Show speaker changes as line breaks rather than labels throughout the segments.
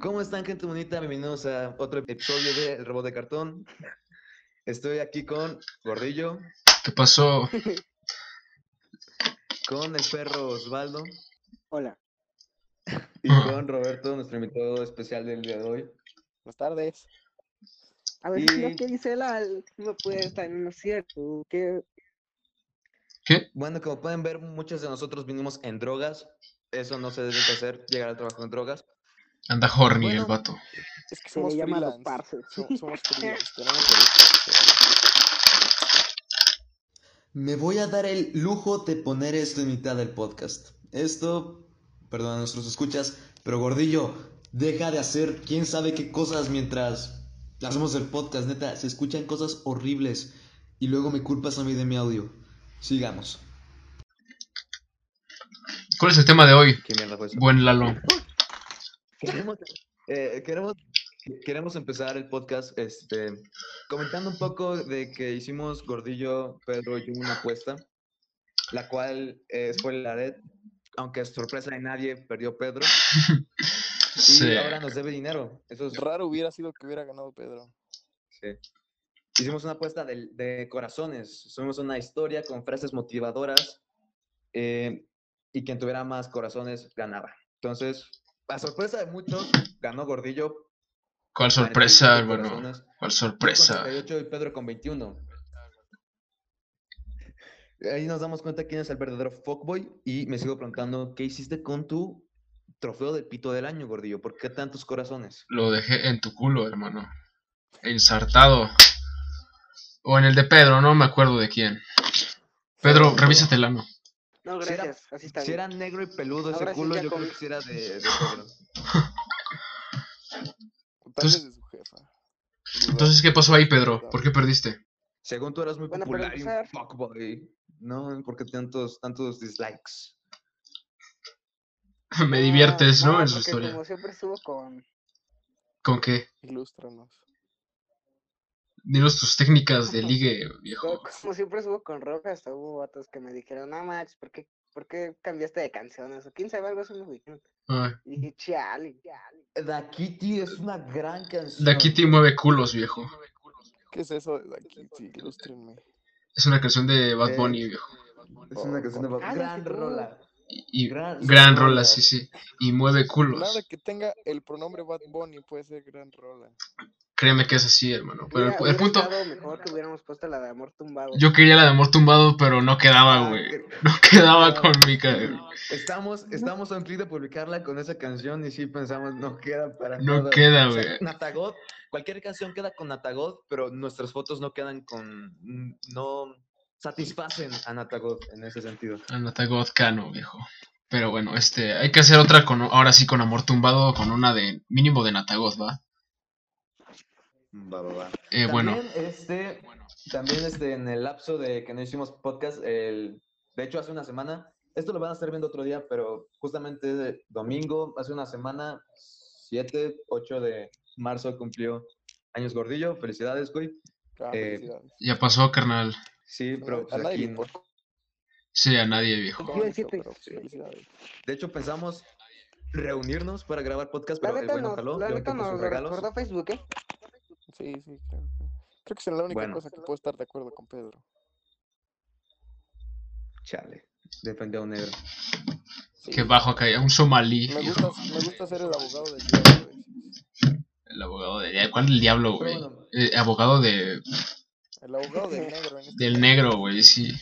¿Cómo están, gente bonita? Bienvenidos a otro episodio de El Robot de Cartón. Estoy aquí con Gordillo,
¿Qué pasó?
con el perro Osvaldo
Hola,
y con Roberto, nuestro invitado especial del día de hoy.
buenas tardes. A ver,
Y-
lo que dice la no puede estar en lo cierto. Que
¿Qué?
Bueno, como pueden ver, muchos de nosotros vinimos en drogas. Eso no se debe de hacer, llegar al trabajo en drogas.
Anda horny
Bueno.
el vato.
Es que
se le
somos
llama
freelance.
lo parce.
so- somos freelance. Tenemos derecho.
Me voy a dar el lujo de poner esto en mitad del podcast. Esto, perdón a nuestros escuchas, pero Gordillo, deja de hacer quién sabe qué cosas mientras hacemos el podcast, neta, se escuchan cosas horribles y luego me culpas a mí de mi audio. Sigamos.
¿Cuál es el tema de hoy?
¿Qué mierda fue eso?
Buen Lalo.
Queremos, eh, queremos, queremos empezar el podcast este, comentando un poco de que hicimos Gordillo, Pedro y yo una apuesta, la cual eh, fue la red, aunque a sorpresa de nadie perdió Pedro y
Sí.
ahora nos debe dinero. Eso es
Pues Raro hubiera sido que hubiera ganado Pedro.
sí. Hicimos una apuesta del- de, corazones, subimos una historia con frases motivadoras eh, y quien tuviera más corazones ganaba. Entonces, a sorpresa de muchos, ganó Gordillo,
¿Cuál sorpresa,
47
hermano?
corazones,
¿Cuál
tú con
sorpresa?
38 y Pedro con 21. Ahí nos damos cuenta quién es el verdadero fuckboy y me sigo preguntando, ¿qué hiciste con tu trofeo de pito del año, gordillo? ¿Por qué tantos corazones?
Lo dejé en tu culo, hermano. Ensartado. O en el de Pedro, no me acuerdo de quién. Pedro, revísate el ano.
No,
Si era-
gracias, así está
Si
bien.
era negro y peludo ese
Ahora sí
culo,
ya
yo creo
comí.
que sí era de, de Pedro.
O Tal vez
Entonces-
de su jefa.
Entonces, ¿qué pasó ahí, Pedro? ¿Por qué perdiste?
Según tú eras muy
Bueno, para
popular y un
empezar-
fuckboy. No, ¿por qué tantos, tantos dislikes?
Me diviertes,
Ah,
¿no?
ah,
En su
porque
historia.
Como siempre estuvo con.
¿Con qué?
Ilústranos.
Dinos tus técnicas de ligue,
co-
viejo.
Como siempre estuvo con Roca, hasta hubo vatos que me dijeron, no manches, ¿por qué, ¿por qué cambiaste de canciones? O quién sabe algo así me dijeron.
Ay.
Y dije, chale, chale.
Da Kitty es una gran canción.
Da Kitty mueve culos, viejo.
¿Qué es eso de aquí? Sí, ilústrenme.
Es una canción de Bad
Eh,
Bunny, viejo.
Es una canción de
Cállate
gran
tú.
rola.
Y, y-
gran-
Ah, gran rola, sí, sí. Y mueve
Nada
culos.
que tenga el pronombre Bad Bunny puede ser gran rola.
Créeme que es así, hermano. Pero el,
Hubiera-
pu- el
hubiera
punto,
estado mejor que hubiéramos puesto la de amor tumbado.
yo quería la de amor tumbado, pero no quedaba,
Ah,
güey.
que-
No quedaba con mi ca-
Estamos, estamos a un clic de publicarla con esa canción y sí pensamos, no queda para
No
nada.
queda,
O sea,
güey.
Natagot, cualquier canción queda con Natagot, pero nuestras fotos no quedan con, mm, no satisfacen a Natagot en ese sentido.
Anata God Cano, viejo. Pero bueno, este, hay que hacer otra con, ahora sí con amor tumbado, con una de mínimo de Natagoz, ¿va?
Va, va, va.
Eh, bueno,
También, este, también este, en el lapso de que no hicimos podcast, el, de hecho hace una semana, esto lo van a estar viendo otro día, pero justamente domingo, hace una semana, 7, 8 de marzo cumplió años gordillo, felicidades, güey.
Ah,
Eh,
felicidades.
ya pasó, carnal.
Sí,
No,
pero
a
pues,
nadie le
aquí no.
importa.
Sí, a nadie, viejo.
Yo decía,
Cónico,
pues,
pero felicidades.
De hecho, pensamos reunirnos para grabar podcast,
La
pero eh, el
neta
güey no
nos,
jaló,
la
ya
neta
ahorita con
nos
sus
lo
regalos.
recordó Facebook, ¿eh?
Sí, sí, creo. que- Creo que es la única
Bueno.
cosa que puedo estar de acuerdo con Pedro.
Chale, defendió a un negro.
Sí.
Qué bajo acá, un somalí,
Me
viejo.
gusta, me gusta ser el abogado del diablo. güey.
El abogado de... ¿Cuál es el diablo,
Pero
güey?
bueno.
Eh, abogado de
El abogado del negro. En este
del negro, güey, sí.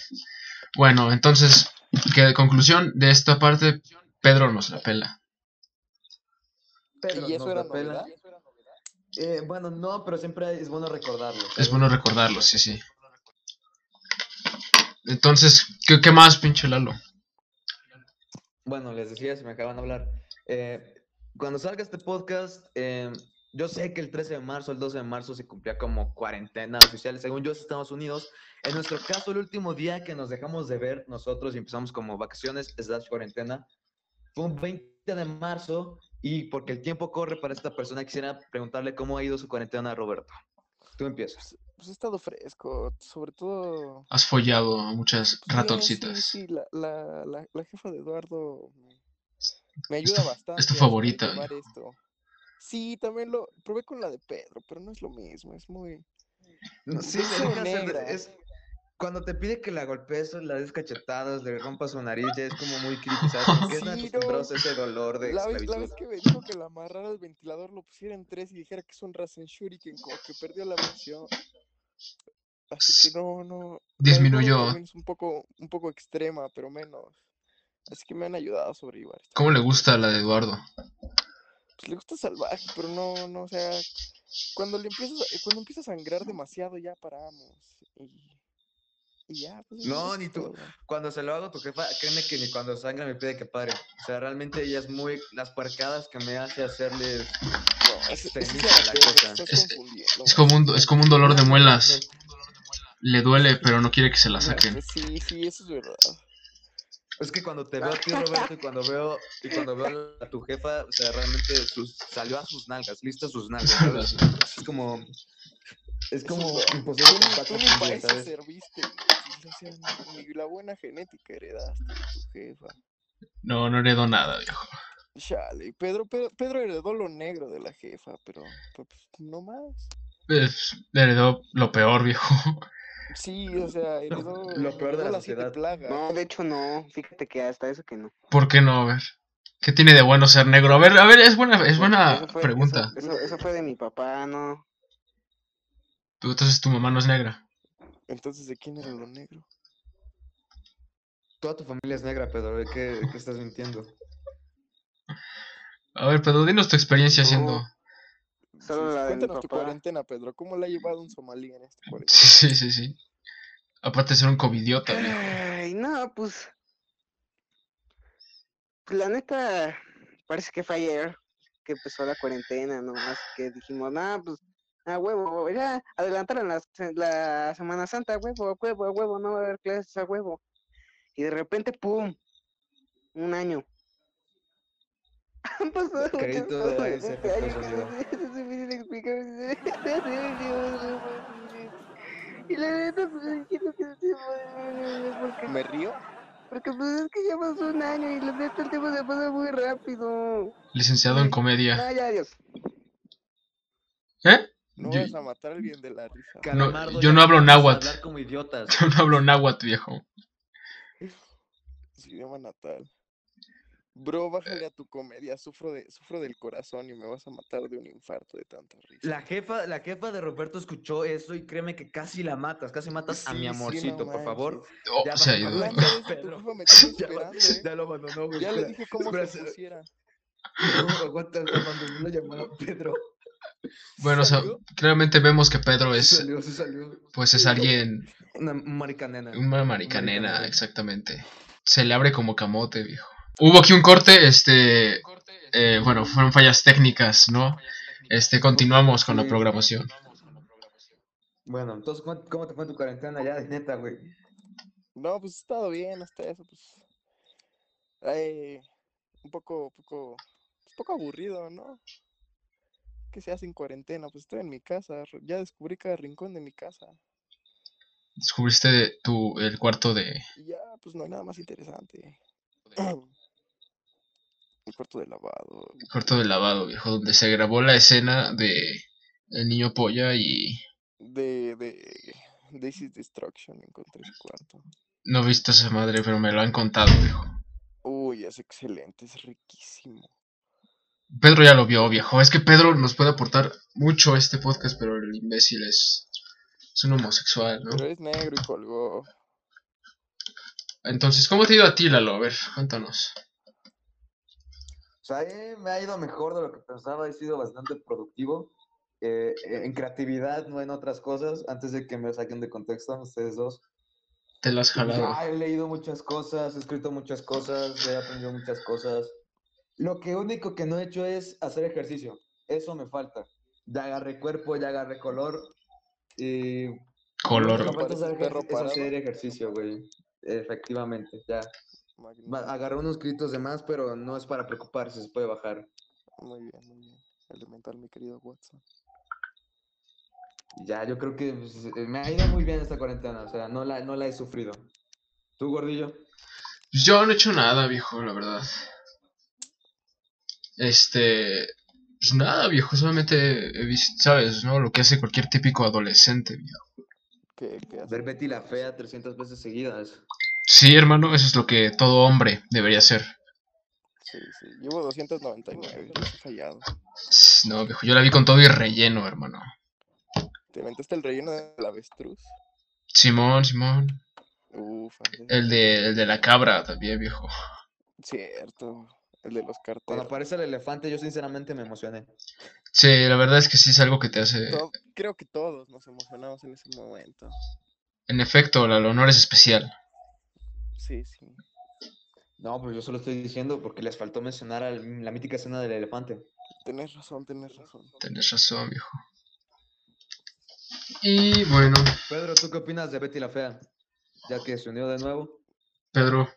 Bueno, entonces, que de conclusión de esta parte, Pedro nos la pela.
Pero
¿Y eso
nos
era
la pela.
novedad?
Eh, bueno, no, pero siempre es bueno recordarlo.
Es
¿sabes?
bueno recordarlo, sí, sí. Entonces, ¿qué, qué más, pinche Lalo?
Bueno, les decía, se me acaban de hablar. eh, cuando salga este podcast, eh, Yo sé que el 13 de marzo, el 12 de marzo se cumplía como cuarentena oficial, según yo, es Estados Unidos. En nuestro caso, el último día que nos dejamos de ver nosotros y empezamos como vacaciones, slash cuarentena, fue un 20 de marzo. Y porque el tiempo corre para esta persona, quisiera preguntarle cómo ha ido su cuarentena a Roberto. Tú empiezas.
Pues he estado fresco, sobre todo.
Has follado a muchas
pues, bien,
ratoncitas.
Sí, sí, la, la, la, la jefa de Eduardo me- me
Es tu-
ayuda
es tu
bastante. a
favorita,
sobrellevar esto. Sí, también lo probé con la de Pedro, pero no es lo mismo, es muy.
No, sí,
Es
se deja hacer de-
negra.
es- cuando te pide que la golpees, o la des cachetadas, le rompas su nariz, ya es como muy crítico, ¿sabes? Porque es
Sí, no.
acostumbrado a ese dolor de
La vez, la vez
esclavitud.
que me dijo que la amarrara al ventilador, lo pusiera en tres y dijera que es un Rasen Shuriken, como que perdió la versión. Así que no, no. la de Eduardo
Disminuyó.
también Es un poco, un poco extrema, pero menos. Así que me han ayudado a sobrellevar esto.
¿Cómo le gusta la de Eduardo?
Pues le gusta salvaje, pero no, no, o sea, cuando le empiezas, a- cuando empieza a sangrar demasiado ya paramos. Y, y ya, pues. eso
No,
es
ni tú.
todo.
Cuando se lo hago a tu jefa, créeme que ni cuando sangra me pide que pare. O sea, realmente ella es muy. Las parcadas que me hace hacerles.
No, es, es
Extremista
la
la
peor,
cosa.
estás
Es-
confundiendo,
Es como un, do- es como un dolor de muelas.
No,
Le duele, pero no quiere que se la saquen.
pues sí, sí, eso es verdad.
Es que cuando te veo a ti, Roberto, y cuando veo, y cuando veo a tu jefa, o sea, realmente sus- salió a sus nalgas, listas sus nalgas. ¿sabes? Es como. Es como
Eso es
imposible
Tú, ni-
tapar
tú
con
ni
ella,
para eso
¿sabes?
serviste. güey. O sea, ni- ni la buena genética heredaste de tu jefa.
No, no heredó nada, viejo.
Chale, y Pedro, Pedro, Pedro heredó lo negro de la jefa, pero, pero, pues, no más.
Eh, Le heredó lo peor, viejo.
Sí, o sea, heredó,
lo peor de
heredó
la
las siete
sociedad.
plagas.
No, de hecho no. Fíjate que hasta eso que no.
¿Por qué no? A ver. ¿Qué tiene de bueno ser negro? A ver, a ver, es buena, es
Eso-
buena
eso fue- eso-
pregunta.
Eso, eso fue de mi papá, ¿no?
Tú- Entonces tu mamá no es negra.
Entonces, ¿de quién era lo negro?
Toda tu familia es negra, Pedro. ¿de ¿Qué, de qué estás mintiendo?
A ver, Pedro, dinos tu experiencia
No.
siendo.
Solo
Sí,
la de mi
Cuéntanos tu
papá.
cuarentena, Pedro. ¿Cómo la ha llevado un somalí en esta cuarentena?
Sí, sí, sí, sí. Aparte de ser un covidiota, viejo.
Ay, no, pues. pues, La neta, parece que fue ayer que empezó la cuarentena, ¿no? Así que dijimos, nada, pues, a huevo, ya adelantaron la, se- la Semana Santa, a huevo, a huevo, a huevo, no va a haber clases, a huevo. Y de repente, ¡pum! Un año. Han pasado muchas
Crédito de
cosas en
ASF
este año que
Cosoño.
es difícil explicar. Y la neta, pues, entiendo que se puede, porque
¿Me río?
porque pues es que ya pasó un año y la neta el tiempo se pasa muy rápido.
Licenciado en comedia.
Ah, ya, adiós.
¿Eh?
No
Yo-
vas a matar a alguien de la risa.
Calamardo,
yo
ya
no hablo
empiezas a
náhuatl.
Hablar como idiotas.
Yo no hablo náhuatl, viejo.
Su idioma natal. Bro,
Eh.
bájale a tu comedia. Sufro, de, sufro del corazón y me vas a matar de un infarto de tanta risa.
La jefa, la jefa de Roberto escuchó eso y créeme que casi la matas, casi matas a
Sí,
mi
sí, no
amorcito, por favor.
manches.
Oh,
Ya
se ha
bajó
ido.
la
Blanca,
Pedro.
desde tu jefa me estuvo
Ya, va-
esperando,
ya lo abandonó,
¿eh?
güey.
Ya le
espera.
dije cómo
espera,
se
se-
pusiera.
No, aguanta, le abandonó la llamada a Pedro.
Bueno, o sea,
¿Salió?
claramente vemos que Pedro
Se
es,
salió, se salió.
pues es alguien,
Una maricanena.
una maricanena,
Maricanena.
exactamente. Se le abre como camote, viejo. Hubo aquí un corte, este, eh, bueno, fueron fallas técnicas, ¿no? Este, continuamos con la
Sí.
programación.
Bueno, entonces, ¿cómo, cómo te fue en tu cuarentena ya de neta, güey?
No, pues he estado bien hasta eso, pues. eh, un poco, poco, pues, poco aburrido, ¿no? ¿Qué se hace en cuarentena? Pues estoy en mi casa, r- ya descubrí cada rincón de mi casa.
Descubriste tu, el cuarto de...
Y ya, pues no hay nada más interesante. El cuarto de lavado.
el cuarto de lavado, viejo, donde se grabó la escena de el niño polla y...
De, de Daisy's Destruction encontré su cuarto.
No he visto esa madre, pero me lo han contado, viejo.
Uy, es excelente, es riquísimo.
Pedro ya lo vio, viejo. Es que Pedro nos puede aportar mucho a este podcast, pero el imbécil es, es un homosexual, ¿no?
Pero es negro y colgó.
Entonces, ¿cómo te ha ido a ti, Lalo? A ver, cuéntanos.
O sea, eh, me ha ido mejor de lo que pensaba, he sido bastante productivo. eh, eh, en creatividad, no en otras cosas. Antes de que me saquen de contexto, ustedes dos.
Te la has jalado.
Ya, he leído muchas cosas, he escrito muchas cosas, he aprendido muchas cosas. Lo que único que no he hecho es hacer ejercicio. Eso me falta. ya agarré cuerpo, ya agarré color. Y
Color.
me
güey.
falta hacer,
Parece un perro
ejer- es
parado.
hacer ejercicio, güey. Efectivamente, ya.
Magnífico.
Va- Agarré unos gritos de más, pero no es para preocuparse, se puede bajar.
Muy bien, muy bien. Elemental, mi querido Watson.
Ya, yo creo que pues, eh, me ha ido muy bien esta cuarentena, o sea, no la, no la he sufrido. ¿Tú, gordillo?
Pues Yo no he hecho nada, viejo, la verdad. Este. Pues nada, viejo, solamente he visto, ¿sabes? ¿No? Lo que hace cualquier típico adolescente, viejo.
¿Qué, qué haces?
Ver Betty la Fea 300 veces seguidas.
Sí, hermano, eso es lo que todo hombre debería hacer.
Sí, sí. Llevo 299, les he fallado.
Sss, No, viejo, yo la vi con todo y relleno, hermano.
¿Te inventaste el relleno del avestruz?
Simón, Simón.
Ufa. ese es
El de, el de la cabra también, viejo.
Cierto. El de los
Cuando
carteros.
aparece el elefante, yo sinceramente me emocioné.
Sí, la verdad es que sí es algo que te hace.
To- Creo que todos nos emocionamos en ese momento.
En efecto, la honor es especial.
Sí, sí.
No, pues yo solo estoy diciendo porque les faltó mencionar al- la mítica escena del elefante.
Tenés razón, tenés razón.
Tienes razón, viejo. Y bueno,
Pedro, ¿tú qué opinas de Betty la Fea? Ya que se unió de nuevo.
Pedro.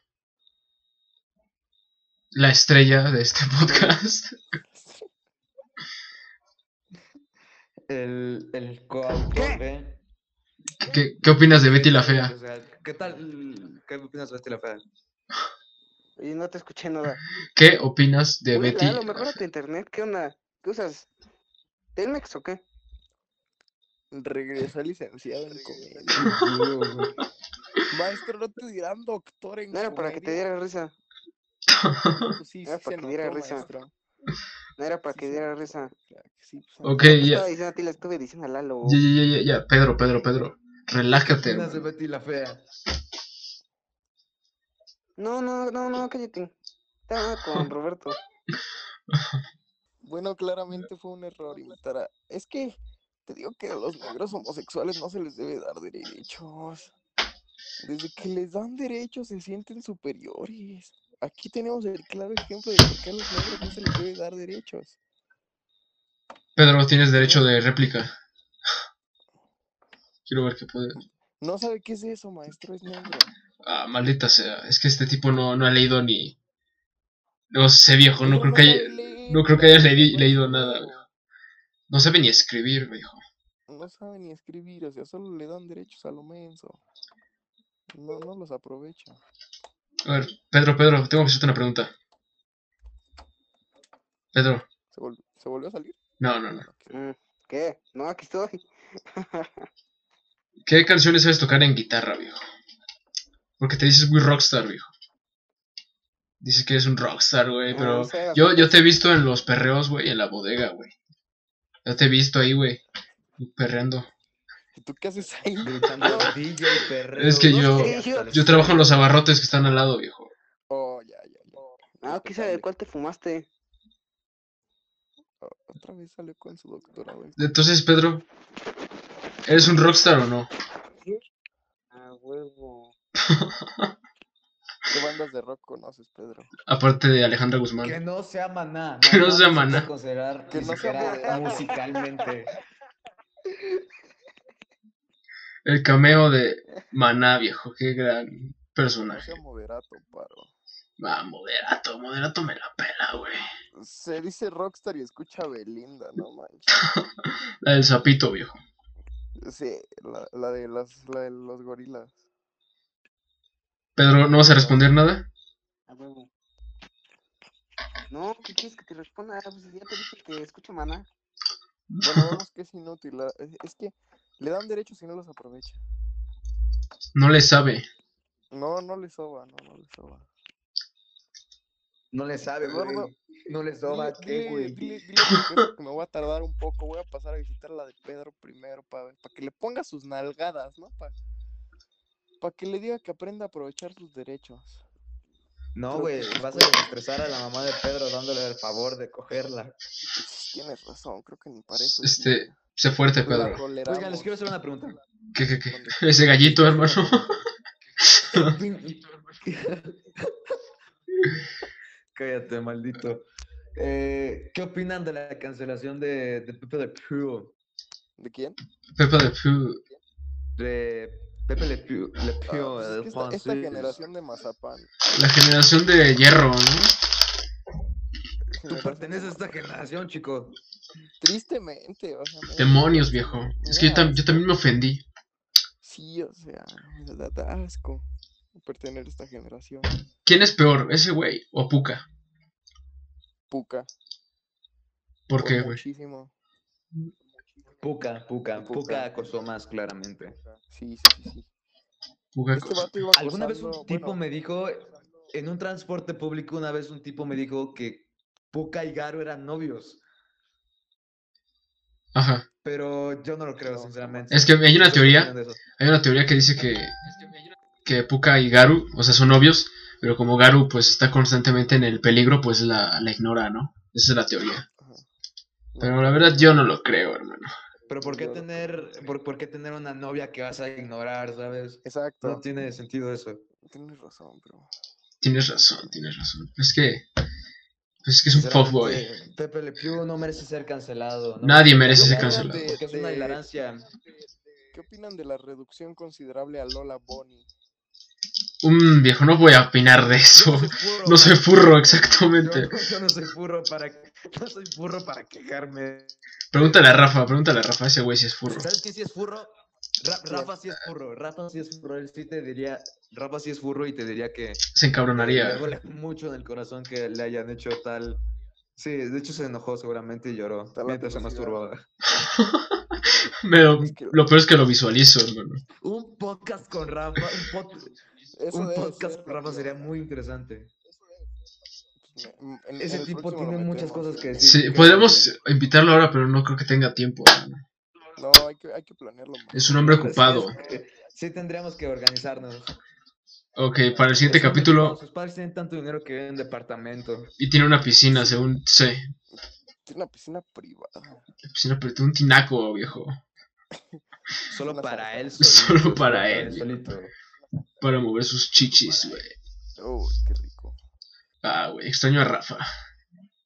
La estrella de este podcast.
El, el coautor de...
¿Qué, qué opinas de Betty la Fea?
O sea, ¿qué tal? ¿Qué opinas de Betty la Fea?
Y no te escuché nada.
¿Qué opinas de
Uy,
Betty?
a lo
la
mejor a
Fea?
tu internet, ¿qué onda? ¿Qué usas? ¿Telmex o qué?
Regresó licenciado en comedia. Maestro, no te dirán doctor en
No era para que te
comedia.
diera risa.
Pues sí,
no era para
sí se
que diera
notó,
risa.
maestro.
No era para
Sí
que
se
diera
notó,
risa.
crack. Sí, pues,
Ok,
anda.
ya,
Estaba diciendo a ti, la estuve diciendo a Lalo.
ya, ya, ya, ya, Pedro, Pedro, Pedro.
¿Qué
Relájate.
opinas de
hermano.
Betty la Fea?
No, no, no, no, cállate. Estaba hablando con Roberto.
Bueno, claramente fue un error invitar a... Es que te digo que a los negros homosexuales no se les debe dar derechos. Desde que les dan derechos se sienten superiores. Aquí tenemos el claro ejemplo de por qué a los negros no se les debe dar derechos.
Pedro, tienes derecho de réplica. Quiero ver qué puede.
No sabe qué es eso, maestro, es negro.
Ah, maldita sea. Es que este tipo no, no ha leído ni. No sé, viejo, Oh, no creo
Pero
que haya.
sabe leer,
no creo que
pero
hayas
se
leí-
fue
leído
su
nada,
juego.
No sabe ni escribir, viejo.
No sabe ni escribir, o sea, solo le dan derechos a lo menso. No, no los aprovecha.
A ver, Pedro, Pedro, tengo que hacerte una pregunta. Pedro,
¿Se, vol- ¿se volvió a salir?
no, no, no.
Mm, ¿Qué? No, aquí estoy.
¿Qué canciones sabes tocar en guitarra, viejo? Porque te dices muy rockstar, viejo. Dices que eres un rockstar, güey,
Ah,
pero
o sea,
yo, yo te he visto en los perreos, güey, en la bodega, güey. Yo te he visto ahí, güey, perreando.
¿Y tú qué haces ahí?
Gritando DJ perreo.
Es que
no
yo-
sé, hasta
Yo
les-
trabajo en los abarrotes que están al lado, viejo.
Oh, ya, ya, ya.
Ah, quise saber cuál te fumaste.
Otra vez salió con su doctorado. en-
Entonces, Pedro, ¿eres un rockstar o no?
A huevo.
¿Qué bandas de rock conoces, Pedro?
Aparte de Alejandra
Que
Guzmán.
no sea maná.
Que no sea
se puede
Maná.
Considerar
Que
ni
no sea
siquiera
Maná.
musicalmente.
El cameo de Maná, viejo. Qué gran
No
personaje.
sea moderato, paro.
Va, moderato, moderato me la pela, güey.
Se dice rockstar y escucha a Belinda, no manches.
La del sapito, viejo.
Sí, la, la de, las, la de los gorilas.
Pedro, ¿no vas a responder nada?
A huevo. No, ¿qué quieres que te responda? Ah, Pues ya te dije que escucho maná.
Bueno, vemos que es inútil. la- es- Es que le dan derechos y no los aprovecha.
No le sabe.
No, no le soba, no, no le soba.
No le sabe, güey.
Eduardo,
No le soba, ¿qué,
dile,
güey?
dile, dile a tu jefe que me voy a tardar un poco, voy a pasar a visitar la de Pedro primero para que le ponga sus nalgadas, ¿no? Para que le diga que aprenda a aprovechar sus derechos.
No,
Creo
güey,
que sí
vas a
puede.
estresar a la mamá de Pedro dándole el favor de cogerla.
Pues, Tienes razón, creo que ni parece.
Este, sé fuerte,
Pues la
Pedro.
toleramos.
Oigan, les quiero hacer una pregunta.
¿Qué, qué, qué? Ese gallito, hermano.
Cállate, maldito. Eh, ¿Qué opinan de la cancelación de, de Pepe Le Pew?
¿De quién?
Pepe Le Pew.
De Pepe Le Pew, Le
Ah,
Pew,
pues es
el
que esta, esta
francés.
generación de Mazapán.
La generación de hierro, ¿no?
Tú
generación
perteneces a
de
esta generación, chico.
Mazapán. Tristemente, o sea. me da
Demonios,
asco,
viejo.
me
Es que yo,
da
tam- yo también me ofendí.
Sí, o sea, me da- da asco pertenecer a esta generación.
¿Quién es peor, ese güey o Puka?
Puca.
¿Por qué, güey?
Muchísimo.
Puca, Puca,
Puca.
Puca acosó más claramente.
Sí, sí, sí, sí.
Puka
Este vato iba
Alguna vez un
acosando-
tipo
bueno,
me dijo, en un transporte público, una vez un tipo me dijo que Puca y Garo eran novios,
Ajá.
pero yo no lo creo,
No.
sinceramente.
Es que hay
¿Ustedes
una
qué
teoría.
opinan de eso?
Hay una teoría que dice que, que Puka y Garu, o sea, son novios, pero como Garu pues está constantemente en el peligro, pues la, la ignora, ¿no? Esa es la teoría.
ajá.
Pero la verdad yo no lo creo, hermano.
Pero ¿por qué
Yo lo creo.
tener, por, por qué tener una novia que vas a ignorar, sabes?
Exacto.
No tiene sentido eso.
Tienes razón, pero.
Tienes razón, tienes razón. Es que, pues es que es un fuckboy.
Sinceramente, Pepe Le Pew no merece ser cancelado. no
Nadie merece
ser
ser
Yo
cancelado.
de-
Porque es una
de-
hilarencia.
¿Qué opinan de la reducción considerable a Lola Bonnie?
Un viejo, no voy a opinar de eso. No soy furro, exactamente.
Yo, yo no soy furro para no soy furro para quejarme.
Pregúntale a Rafa, pregúntale a Rafa, ese güey si es furro.
¿Sabes quién sí es furro? Ra- Rafa sí es furro, Rafa sí es furro, él sí te diría, Rafa sí es furro y te diría que
Se
le
encabronaría.
duele mucho en el corazón que le hayan hecho tal. Sí, de hecho se enojó seguramente y lloró
Tal
mientras se
atrocidad.
masturbaba.
Me lo,
Es que-
lo peor es que lo visualizo, hermano.
Un podcast con Rafa, un, pod-
Eso
un
debe
podcast
ser
con Rafa
rápido.
sería muy interesante.
Pues me- en- en
Ese
el
tipo
próximo
tiene
lo
muchas
metemos.
cosas que decir.
Sí, podemos invitarlo ahora, pero no creo que tenga tiempo, hermano.
No, hay que, hay que planearlo más.
Es un hombre
Pues,
ocupado.
es- Sí, tendríamos que organizarnos.
Ok, para el siguiente
Es un hombre
capítulo.
ocupado, Sus padres tienen tanto dinero que viven en departamento.
Y tiene una piscina, según sé.
Tiene una piscina privada.
Piscina, pero tiene un tinaco, viejo.
Solo
Una
para
salsa.
él.
Solo
solito,
para él.
solito.
Para mover sus chichis, güey.
Uy, qué rico.
Ah, güey, extraño a Rafa.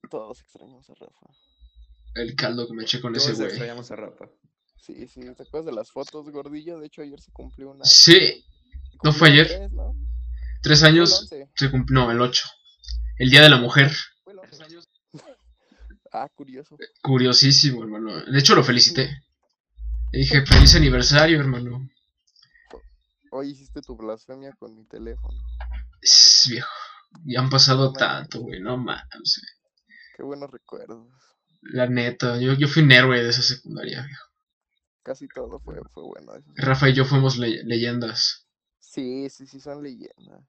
Todos extrañamos a Rafa.
El caldo que me eché con ese
Todos
güey.
extrañamos a Rafa.
Sí, sí, ¿te acuerdas de las fotos, gordillo? De hecho, ayer se cumplió una.
Sí, ¿no fue
cumplió
ayer?
tres, ¿no?
tres
Fue el
años.
11,
Se cum- no, el 8. El Día de la Mujer.
fue el 11. Ah, curioso.
Curiosísimo, hermano. De hecho, lo felicité. Le dije, feliz aniversario, hermano.
Hoy hiciste tu blasfemia con mi teléfono.
Es viejo. Ya han
No
pasado
mames.
tanto, güey. No mames.
Qué buenos recuerdos.
La neta, yo, yo fui un héroe de esa secundaria. viejo.
Casi todo fue, fue bueno. eso sí.
Rafa y yo fuimos le- leyendas.
Sí, sí, sí, son leyendas.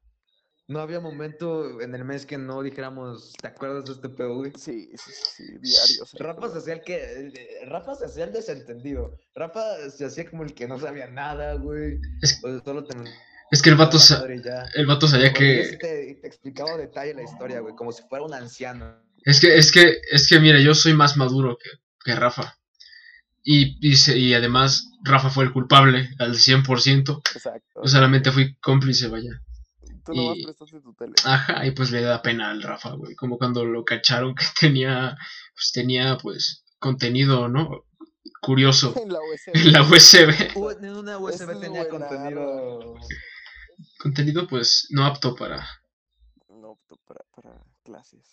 No había momento en el mes que no dijéramos, ¿te acuerdas de este pedo, güey?
Sí, sí, sí, sí, diarios.
Rafa se hacía el que. el de- Rafa se hacía el desentendido. Rafa se hacía como el que no sabía nada, güey.
Es-
O sea, solo te
Es que el vato,
mentaba
sa-
la madre y ya.
el vato sabía
Porque yo
que.
sí Te, te explicaba a detalle la historia, güey, como si fuera un anciano.
Es que, es que, es que, mira, yo soy más maduro que, que Rafa. Y, y, se- y además, Rafa fue el culpable al 100%.
Exacto.
Yo solamente fui cómplice, vaya.
Tú nomás
y-
prestaste tu teléfono.
Ajá, y pues le da pena al Rafa, güey. Como cuando lo cacharon que tenía, pues tenía, pues, contenido, ¿no? Curioso.
En la USB.
En la USB.
U- En una USB
Ese es
tenía
buenardo.
contenido.
Contenido, pues, no apto para...
No opto para, para clases.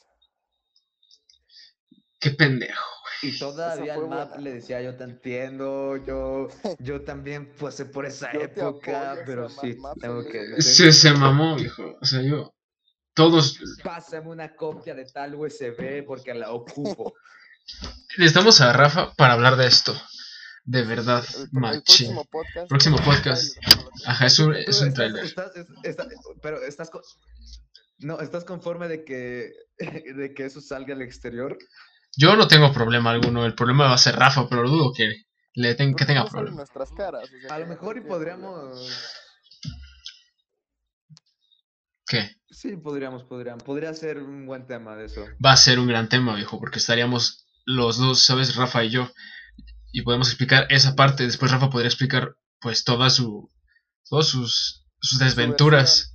Qué pendejo.
Y todavía
fue
al Matt
buena.
le decía, yo te entiendo, yo, yo también pasé por esa
Yo te
época,
apoyo,
pero
o sea,
sí,
Matt- Matt
tengo
se
que
hizo
Se, se mamó, viejo. O sea, yo... Todos...
Pásame una copia de tal USB porque la ocupo.
Necesitamos a Rafa para hablar de esto. De verdad,
El, pro- el
machín.
próximo podcast.
Próximo
es un
podcast.
trailer, ¿no?
Ajá, es un,
Tú
es un
estás-
trailer.
estás- es- está- pero estás con- no, estás conforme de que de que eso salga al exterior.
Yo no tengo problema alguno. El problema va a ser Rafa, pero dudo que, le ten- que
Porque
tenga
no salen
problema.
nuestras caras. o sea,
A
que
lo
no
mejor y
tendría problema.
podríamos
¿Qué?
sí, podríamos, podrían, podría ser un buen tema de eso.
va a ser un gran tema, viejo, porque estaríamos los dos, ¿sabes? Rafa y yo. Y podemos explicar esa parte. Después Rafa podría explicar, pues, toda su, todas sus, sus desventuras.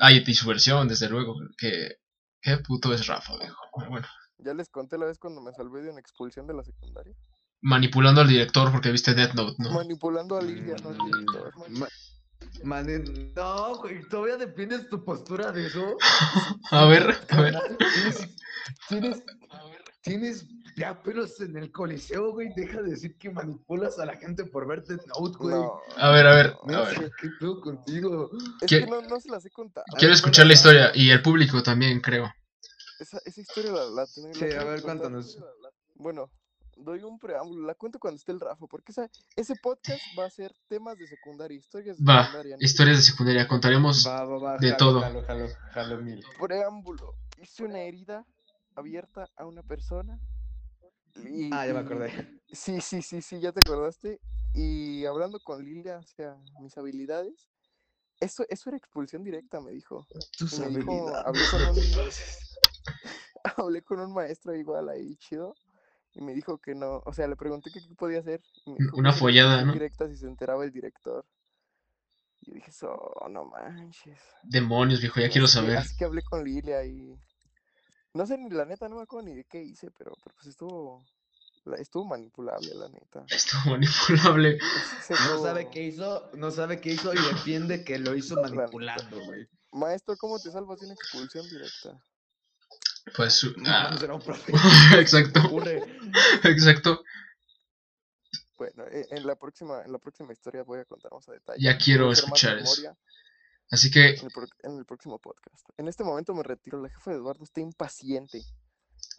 Ah, Ay, y su versión, desde luego. Que, qué puto es Rafa, viejo. Pero bueno,
Ya les conté la vez cuando me salvé de una expulsión de la secundaria.
Manipulando al director porque viste Death Note, ¿no?
Manipulando a Lidia, no al director, man.
Ma- Mane- no, güey, todavía defiendes tu postura de eso.
a ver, a ver.
Tienes, tienes, tienes ya pelos en el coliseo, güey. Deja de decir que manipulas a la gente por verte Note, güey.
No,
A ver, a ver,
No
a ver.
sé qué pedo contigo.
es
Quiero-
que no, no se las he contado.
Quiero
no
escuchar la
las-
historia y el público también, creo.
Esa, esa historia la, la tengo- la
Sí,
tengo
a
que
ver,
contar.
cuéntanos.
Bueno, doy un preámbulo, la cuento cuando esté el Rafa, porque esa, ese podcast va a ser temas de secundaria, historias de
Va,
secundaria. ¿no?
historias de secundaria, contaremos.
Va, va, va.
De
jalo,
todo.
Jalo, jalo, jalo mil.
Preámbulo, hice una herida abierta a una persona. y-
Ah, ya me
y-
acordé.
Sí, sí, sí, sí, ya te acordaste. Y hablando con Lilia, o sea, mis habilidades, eso, eso era expulsión directa, me dijo.
Tus
Y me dijo, hablé
habilidades.
con un, hablé con un maestro igual ahí, chido, y me dijo que no, o sea, le pregunté que qué podía hacer. y me dijo que
Mm, Una
eso era
follada,
expulsión
¿no?
Directa si se enteraba el director. Yo dije, oh, no manches.
Demonios, viejo, Pues ya quiero
Así que-
saber.
así que hablé con Lilia y... No sé, ni la neta, no me acuerdo ni de qué hice, pero, pero pues estuvo... la- Estuvo manipulable, la neta.
Estuvo manipulable.
Sí,
No
estuvo-
sabe qué hizo, no sabe qué hizo y defiende que lo hizo
neta.
manipulando, güey.
Ah.
Maestro, ¿cómo te salvas de una expulsión directa?
Pues, uh,
No,
ah,
será un profe.
exacto,
Ocurre.
exacto.
Bueno, e- en la próxima, en la próxima historia voy a contar más a detalle.
Ya quiero
voy a hacer más
escuchar eso.
memoria
Así que,
En el, pro- en el próximo podcast. En este momento me retiro. La jefa de Eduardo está impaciente.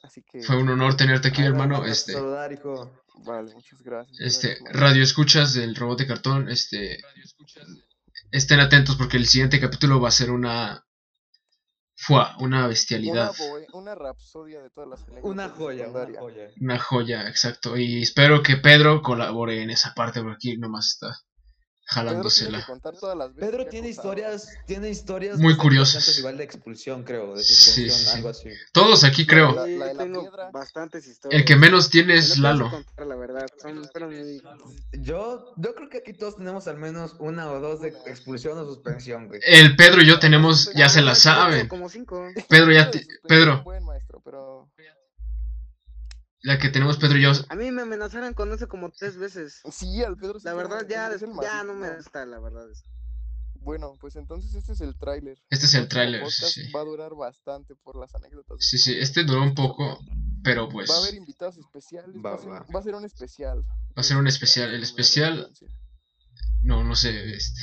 Así que,
Fue un honor tenerte aquí,
Ahora
hermano.
vamos a
Este,
Saludar, hijo.
vale, muchas gracias.
este,
gracias, maestro.
radio escuchas del robot de cartón, este, estén atentos porque el siguiente capítulo va a ser una, fue una
Una,
bestialidad,
boe- una rapsodia de todas las anécdotas
Una
de
joya, una
secundaria.
joya.
una joya, exacto. Y espero que Pedro colabore en esa parte porque aquí nomás está
Pedro tiene que
jalándosela.
contar todas las veces
Pedro
que ha
tiene
contado.
historias, tiene historias
Muy
de secundaria,
curiosas.
tanto igual de expulsión, creo, de
Sí,
suspensión,
sí, sí.
algo así.
Todos aquí creo.
la-
Sí,
la de la
tengo
piedra.
bastantes historias.
El que menos tiene
No
es
te vas a
Lalo.
contar, la verdad. Son fueron muy-
Yo, yo creo que aquí todos tenemos al menos una o dos de
Una.
expulsión o suspensión, güey.
El Pedro y yo
Pues
tenemos, ya se la saben.
Ah, Como cinco.
Pedro ya,
Una de
te-
suspensión,
Pedro,
Buen maestro, pero...
la que tenemos Pedro y yo.
A mí me amenazaron con eso como tres veces.
Sí, al Pedro sí
La
tiene-
verdad,
es-
ya,
es el
des- ya no me
maligno.
gusta, la verdad.
Bueno, pues entonces este es el tráiler.
Este es el
próximo
tráiler, sí,
podcast
sí.
Va a durar bastante por las anécdotas. de
Sí, sí,
secundaria.
este duró un poco, pero pues
Va a haber invitados especiales. Va,
Va,
a, ser,
va.
va a ser un especial.
a ser un especial, el
valga la
especial-
redundancia.
no, no sé, este,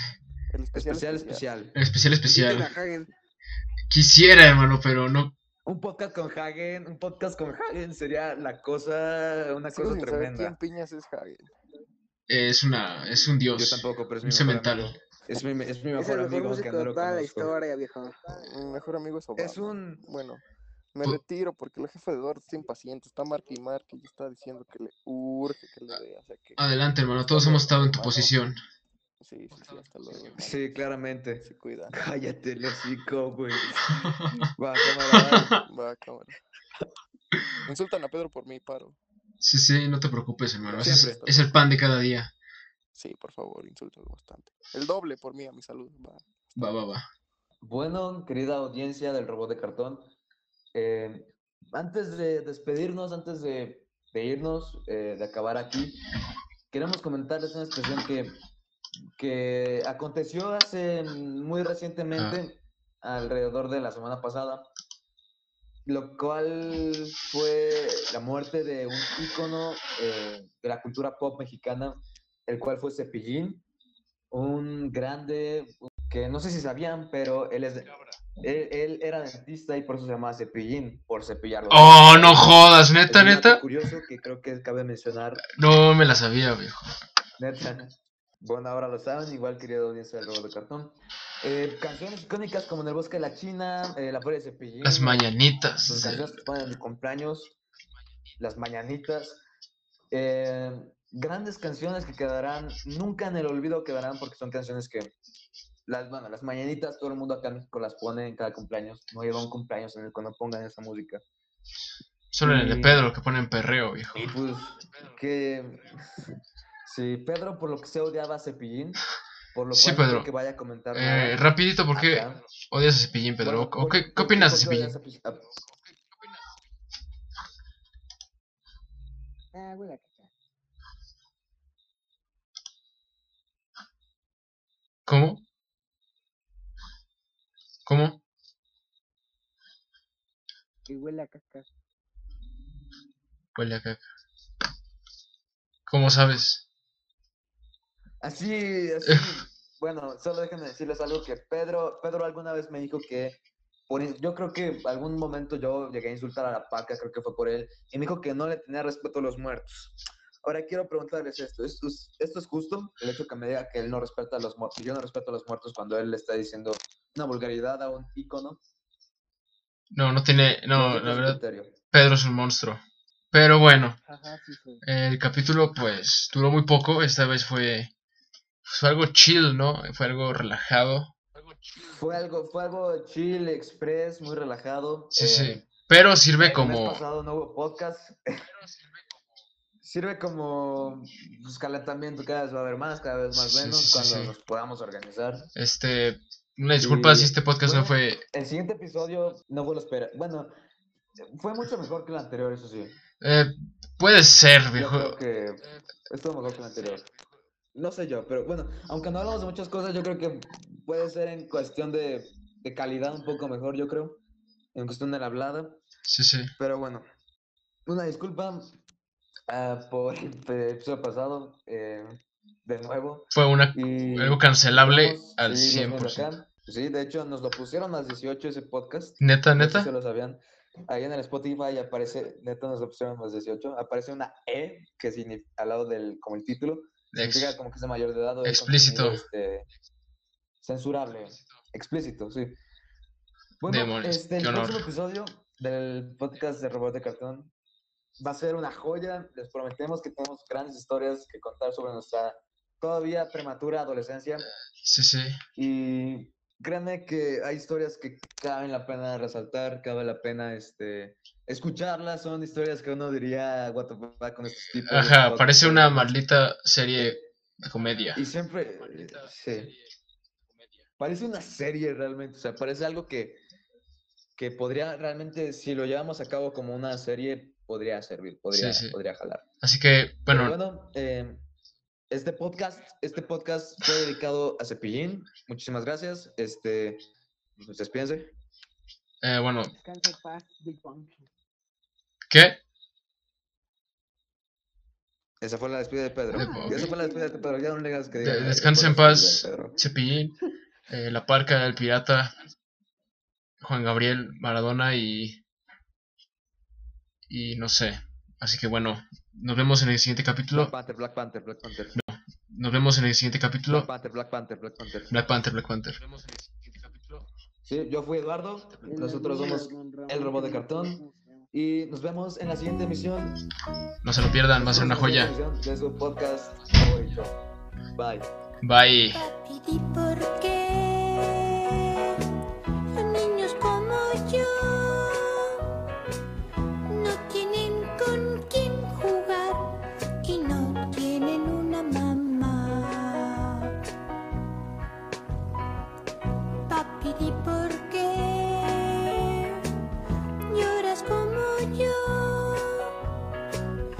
El especial
Especial,
especial.
especial.
el especial especial.
Inviten a Hagen.
Quisiera, hermano, pero no,
Un podcast con Hagen, un podcast con Hagen sería la cosa, una
Sigo
cosa
sin saber quién
tremenda.
piñas es Hagen.
eh, es una, es un
Yo
dios,
tampoco, pero es
un
mi mejor
cemental.
amigo. Es mi, es mi
Es
mejor
el mejor
amigo, aunque
músico
no
de
lo
toda la
conozco.
historia, viejo.
Mi mejor amigo es Obama.
Es un...
Bueno, me
Pu-
retiro porque el jefe de Eduardo está impaciente. Está marque y marque y está diciendo que le urge que le vea. O sea que.
Adelante, hermano, todos hemos estado en tu posición.
Sí, sí, sí, hasta luego. hermano.
Sí, claramente.
Se cuida.
Cállate el hocico, güey. Va, cámara, va.
Va, cámara. Insultan a Pedro por mi paro.
Sí, sí, no te preocupes, hermano, ese es,
Siempre.
es el pan de cada día.
Sí, por favor, insultenlo bastante. El doble por mí, a mi salud. Va.
Va, va, va.
Bueno, querida audiencia del robot de cartón, eh, antes de despedirnos, antes de, de irnos, eh, de acabar aquí, queremos comentarles una situación que, que aconteció hace muy recientemente, alrededor de la semana pasada, lo cual fue la muerte de un ícono eh, de la cultura pop mexicana, el cual fue Cepillín, un grande que no sé si sabían, pero él es de- él, él era dentista y por eso se llamaba Cepillín, por cepillarlo.
Oh, no jodas, neta, neta.
curioso que creo que cabe mencionar,
No me la sabía, viejo.
neta. Bueno, ahora lo saben, igual querida audiencia del robot de cartón. Eh, canciones icónicas como En el bosque de la China, eh, La Feria de Cepillín.
Las
Sus
mañanitas.
canciones que ponen en mi cumpleaños, las mañanitas. eh, grandes canciones que quedarán, nunca en el olvido quedarán porque son canciones que, las, bueno, las mañanitas todo el mundo acá en México las pone en cada cumpleaños. No lleva un cumpleaños en el que no pongan esa música.
Solo en el de Pedro que ponen perreo, viejo.
Y pues que si Pedro por lo que se odiaba a Cepillín, por lo cual
Sí,
no creo
Pedro.
que vaya a comentar
Eh,
nada
rapidito, ¿por qué
acá.
odias a Cepillín, Pedro?
Bueno,
¿O
¿por-
qué, qué
por-
opinas de
por qué
Cepillín?
odias a Pi- a-
Ah, huele a caca.
¿Cómo? ¿Cómo?
Y huele a caca.
Huele a caca. ¿Cómo sabes?
Así, así. bueno, solo déjenme decirles algo que Pedro, Pedro alguna vez me dijo que por in- yo creo que algún momento yo llegué a insultar a la paca, creo que fue por él, y me dijo que no le tenía respeto a los muertos. Ahora quiero preguntarles esto, ¿esto es, esto es justo? El hecho que me diga que él no respeta a los muertos, yo no respeto a los muertos cuando él le está diciendo una vulgaridad a un ícono.
No, no tiene. No,
¿Cuál es
la
su
verdad,
criterio?
Pedro es un monstruo. Pero bueno,
Ajá, sí, sí.
el capítulo pues duró muy poco. Esta vez fue. Fue algo chill, ¿no? Fue algo relajado.
Fue algo, fue algo chill, express, muy relajado.
Sí,
eh,
sí. Pero sirve
El mes
como.
pasado no hubo podcast. Sirve como pues, calentamiento, cada vez va a haber más, cada vez más
Sí, sí,
menos,
sí, sí,
cuando
sí.
nos podamos organizar.
Este. Una disculpa
Y-
si este podcast no fue.
El siguiente episodio no fue lo espera. Bueno, fue mucho mejor que el anterior, eso sí.
eh, puede ser,
Yo creo
viejo.
que estuvo mejor que el anterior. No sé yo, pero bueno, aunque no hablamos de muchas cosas, yo creo que puede ser en cuestión de, de calidad un poco mejor, yo creo. En cuestión de la hablada.
Sí, sí.
Pero bueno, una disculpa ah, por el pe- episodio pasado, eh, de nuevo.
Fue una,
Y
algo cancelable
esperamos
al
seguirlos viendo
100%.
acá. Sí, de hecho nos lo pusieron a las 18 ese podcast.
Neta,
No sé si
neta.
se lo sabían. Ahí en el Spotify aparece, neta nos lo pusieron a las 18, aparece una E que significa al lado del, como el título, significa
Ex-
como que es de mayor de edad. o de
Explícito.
contenido, este, censurable. Explícito, sí. Bueno,
Demonios,
este, el
qué honor.
próximo episodio del podcast de Robot de Cartón va a ser una joya. Les prometemos que tenemos grandes historias que contar sobre nuestra todavía prematura adolescencia.
Sí, sí.
Y créanme que hay historias que caben la pena resaltar, cabe la pena este, escucharlas. Son historias que uno diría, what the fuck con estos tipos. what the
Ajá,
fuck",
parece una
pero-
maldita serie de comedia.
Y siempre, eh, sí. Parece una serie realmente, o sea, parece algo que, que podría realmente, si lo llevamos a cabo como una serie, podría servir, podría,
sí.
podría jalar.
Así que,
Pero
bueno,
bueno, eh, este podcast, este podcast fue dedicado a Cepillín. Muchísimas gracias. Este, pues despídense.
eh, bueno,
Descansa en paz, Big Bang.
¿qué?
Esa fue la despedida de Pedro.
De-
Esa fue la despedida de Pedro. Ya no le digas que
De-
diga nada, esa
descansa
fue
en
la
paz,
despedida de Pedro.
Cepillín, eh, La Parca, El Pirata, Juan Gabriel, Maradona y... Y no sé. Así que bueno, nos vemos en el siguiente
Black
capítulo.
Panther, Black Panther, Black Panther.
Nos vemos en el siguiente
Black
capítulo.
Panther, Black Panther, Black Panther.
Black Panther, Black Panther.
Sí, yo fui Eduardo. Nosotros somos el robot de cartón. Y nos vemos en la siguiente emisión.
No se lo pierdan, va a ser una joya.
De su podcast favorito. Bye.
Bye.
Papi, di por qué